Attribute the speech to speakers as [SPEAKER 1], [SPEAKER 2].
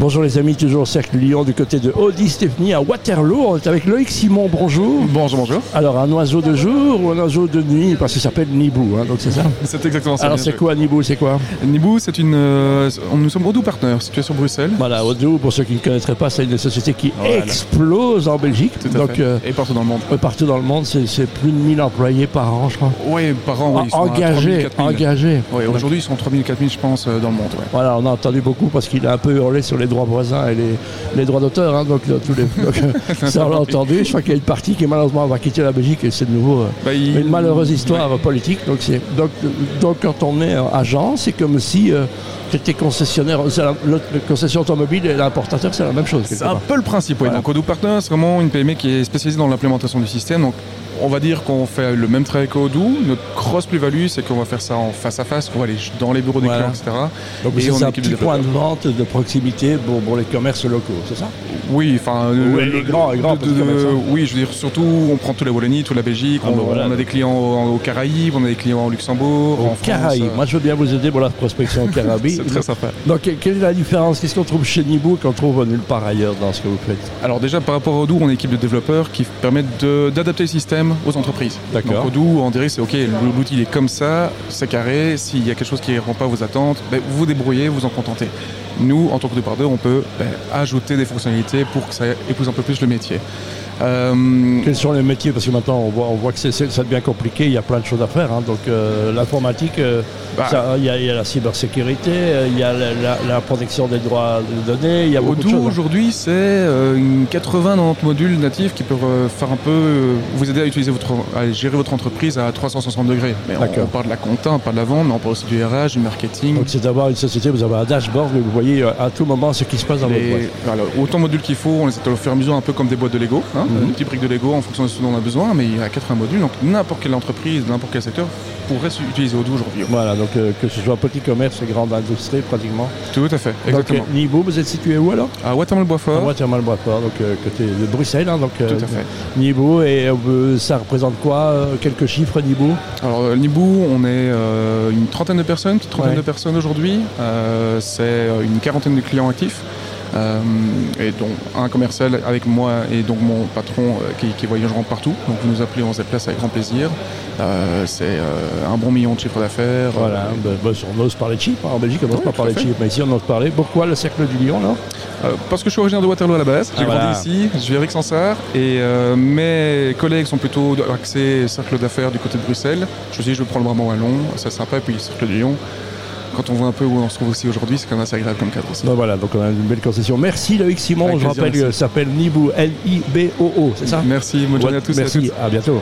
[SPEAKER 1] Bonjour les amis, toujours au Cercle Lyon du côté de Audi Stéphanie à Waterloo. On est avec Loïc Simon, bonjour.
[SPEAKER 2] Bonjour, bonjour.
[SPEAKER 1] Alors un oiseau de jour ou un oiseau de nuit Parce que ça s'appelle Nibou, hein, donc c'est ça
[SPEAKER 2] C'est exactement ça.
[SPEAKER 1] Alors
[SPEAKER 2] bien
[SPEAKER 1] c'est
[SPEAKER 2] joué.
[SPEAKER 1] quoi Nibou C'est quoi
[SPEAKER 2] Nibou, c'est une. euh, nous sommes Odoo Partners, situé sur Bruxelles.
[SPEAKER 1] Voilà, Odoo, pour ceux qui ne connaîtraient pas, c'est une société qui
[SPEAKER 2] Voilà.
[SPEAKER 1] explose en Belgique.
[SPEAKER 2] Tout à
[SPEAKER 1] donc
[SPEAKER 2] fait.
[SPEAKER 1] euh,
[SPEAKER 2] Et partout dans le monde.
[SPEAKER 1] euh, partout dans le monde, c'est c'est plus de 1000 employés par an, je crois.
[SPEAKER 2] Oui, par an, oui. ils sont à
[SPEAKER 1] engagés,
[SPEAKER 2] 3000, 4000.
[SPEAKER 1] engagés.
[SPEAKER 2] Ouais,
[SPEAKER 1] Donc,
[SPEAKER 2] aujourd'hui, ils sont 3000, 4000, je pense, euh, dans le monde. ouais.
[SPEAKER 1] Voilà, on a entendu beaucoup parce qu'il a un peu hurlé sur les droits voisins et les, les droits d'auteur. hein, donc, dans tous les, donc, euh, ça, on l'a entendu. Je crois qu'il y a une partie qui, malheureusement, va quitter la Belgique et c'est de nouveau euh,
[SPEAKER 2] Bah, ils-
[SPEAKER 1] une malheureuse histoire politique. Donc, c'est, donc, donc, quand on est euh, agent, c'est comme si euh, tu étais concessionnaire. C'est la- le, le concession automobile et l'importateur, c'est la même chose. quelque
[SPEAKER 2] C'est un
[SPEAKER 1] part.
[SPEAKER 2] peu le principe, ouais.
[SPEAKER 1] Voilà.
[SPEAKER 2] Donc Odoo Partners, c'est vraiment une PME qui est spécialisée dans l'implémentation du système. Donc, on va dire qu'on fait le même travail qu'Odoo. Notre grosse plus-value, c'est qu'on va faire ça en face à face, qu'on va aller dans les bureaux des
[SPEAKER 1] Voilà.
[SPEAKER 2] clients, etc.
[SPEAKER 1] Donc,
[SPEAKER 2] Et
[SPEAKER 1] c'est
[SPEAKER 2] on
[SPEAKER 1] un
[SPEAKER 2] équipe de
[SPEAKER 1] petit point de
[SPEAKER 2] développeurs.
[SPEAKER 1] vente de proximité pour, pour les commerces locaux, c'est ça
[SPEAKER 2] Oui, enfin. euh,
[SPEAKER 1] Ouais, les grands, les grands,
[SPEAKER 2] de-
[SPEAKER 1] parce
[SPEAKER 2] de-
[SPEAKER 1] qu'il y en a ça.
[SPEAKER 2] oui, je veux dire, surtout, on prend toute la Wallonie, toute la Belgique,
[SPEAKER 1] Ah,
[SPEAKER 2] on,
[SPEAKER 1] bah voilà.
[SPEAKER 2] on a des clients au- aux Caraïbes, on a des clients en Luxembourg, en
[SPEAKER 1] Aux
[SPEAKER 2] France.
[SPEAKER 1] Caraïbes.
[SPEAKER 2] euh,
[SPEAKER 1] Moi, je veux bien vous aider pour la prospection aux Caraïbes.
[SPEAKER 2] c'est très sympa.
[SPEAKER 1] Donc, que- quelle est la différence Qu'est-ce qu'on trouve chez Nibou qu'on trouve nulle part ailleurs dans ce que vous faites
[SPEAKER 2] Alors déjà par rapport à Odoo, on est une équipe de développeurs qui permettent de- d'adapter le système aux entreprises.
[SPEAKER 1] D'accord.
[SPEAKER 2] Donc Odoo, on dirait c'est ok, l'outil il est comme ça, c'est carré, s'il y a quelque chose qui ne répond pas à vos attentes, ben, vous vous débrouillez, vous en contentez. Nous, en tant que développeurs, on peut ben, ajouter des fonctionnalités pour que ça épouse un peu plus le métier. Euh,
[SPEAKER 1] Quels sont les métiers Parce que maintenant, on voit, on voit que c'est- c'est- ça devient compliqué, il y a plein de choses à faire. hein. Donc, euh, l'informatique, euh,
[SPEAKER 2] bah,
[SPEAKER 1] ça, il y, a- il y a la cybersécurité, euh, il y a la, la- la protection des droits de données, il y a beaucoup de
[SPEAKER 2] Odoo
[SPEAKER 1] choses. hein.
[SPEAKER 2] aujourd'hui c'est euh, une 80-90 modules natifs qui peuvent euh, faire un peu euh, vous aider à utiliser votre à gérer votre entreprise à 360 degrés. Mais on,
[SPEAKER 1] D'accord.
[SPEAKER 2] on parle de la compta, on parle de la vente, mais on parle aussi du RH, du marketing.
[SPEAKER 1] Donc, c'est d'avoir une société, vous avez un dashboard, mais vous voyez euh, à tout moment ce qui se passe dans votre
[SPEAKER 2] Les-
[SPEAKER 1] boîte.
[SPEAKER 2] voilà, autant de modules qu'il faut, on les installe au fur et à mesure un peu comme des boîtes de Lego, hein,
[SPEAKER 1] Mhm.
[SPEAKER 2] des petites briques de Lego en fonction de ce dont on a besoin, mais il y a 80 modules, donc n'importe quelle entreprise, n'importe quel secteur pourrait utiliser Odoo aujourd'hui.
[SPEAKER 1] Voilà, donc euh, que ce soit petit commerce et grande industrie, pratiquement.
[SPEAKER 2] Tout à fait, exactement.
[SPEAKER 1] Donc, euh, Nibou, vous êtes situé où alors
[SPEAKER 2] À Watermal-Boisfort,
[SPEAKER 1] Moi, Thermal Boisfort, donc euh, côté de Bruxelles. hein, donc, euh,
[SPEAKER 2] tout à fait.
[SPEAKER 1] Nibou, et euh, ça représente quoi euh, Quelques chiffres, Nibou
[SPEAKER 2] Alors euh, Nibou, on est euh, une trentaine de personnes, petite trentaine
[SPEAKER 1] Ouais.
[SPEAKER 2] de personnes aujourd'hui. Euh, c'est euh, une quarantaine de clients actifs. Euh, et donc un commercial avec moi et donc mon patron euh, qui, qui voyageront partout. Donc vous nous appelez, on se déplace avec grand plaisir. Euh, c'est euh, un bon million de chiffre d'affaires.
[SPEAKER 1] Voilà, ben, ben, on ose parler de chiffres. hein. En Belgique, on n'ose
[SPEAKER 2] Ouais,
[SPEAKER 1] pas
[SPEAKER 2] tout
[SPEAKER 1] parler
[SPEAKER 2] à
[SPEAKER 1] de
[SPEAKER 2] fait.
[SPEAKER 1] chiffres, mais ici, on ose parler. Pourquoi le cercle du lion, alors
[SPEAKER 2] Euh, parce que je suis originaire de Waterloo à la base.
[SPEAKER 1] Ah,
[SPEAKER 2] J'ai grandi
[SPEAKER 1] voilà.
[SPEAKER 2] ici, je vis avec Sansard. Et euh, mes collègues sont plutôt axés cercle d'affaires du côté de Bruxelles. Je me suis dit, je vais prendre le Brabant Wallon, ça c'est sympa. Et puis cercle de Lyon. Quand on voit un peu où on se trouve aussi aujourd'hui, c'est quand même assez agréable comme cadre aussi.
[SPEAKER 1] Ben, Voilà, donc on a une belle concession. Merci, Loïc Simon.
[SPEAKER 2] Avec
[SPEAKER 1] Je
[SPEAKER 2] plaisir,
[SPEAKER 1] rappelle euh,
[SPEAKER 2] merci.
[SPEAKER 1] que ça s'appelle Nibou, L-I-B-O-O, c'est ça
[SPEAKER 2] Merci, bonne journée à tous et à toutes.
[SPEAKER 1] Merci, à bientôt.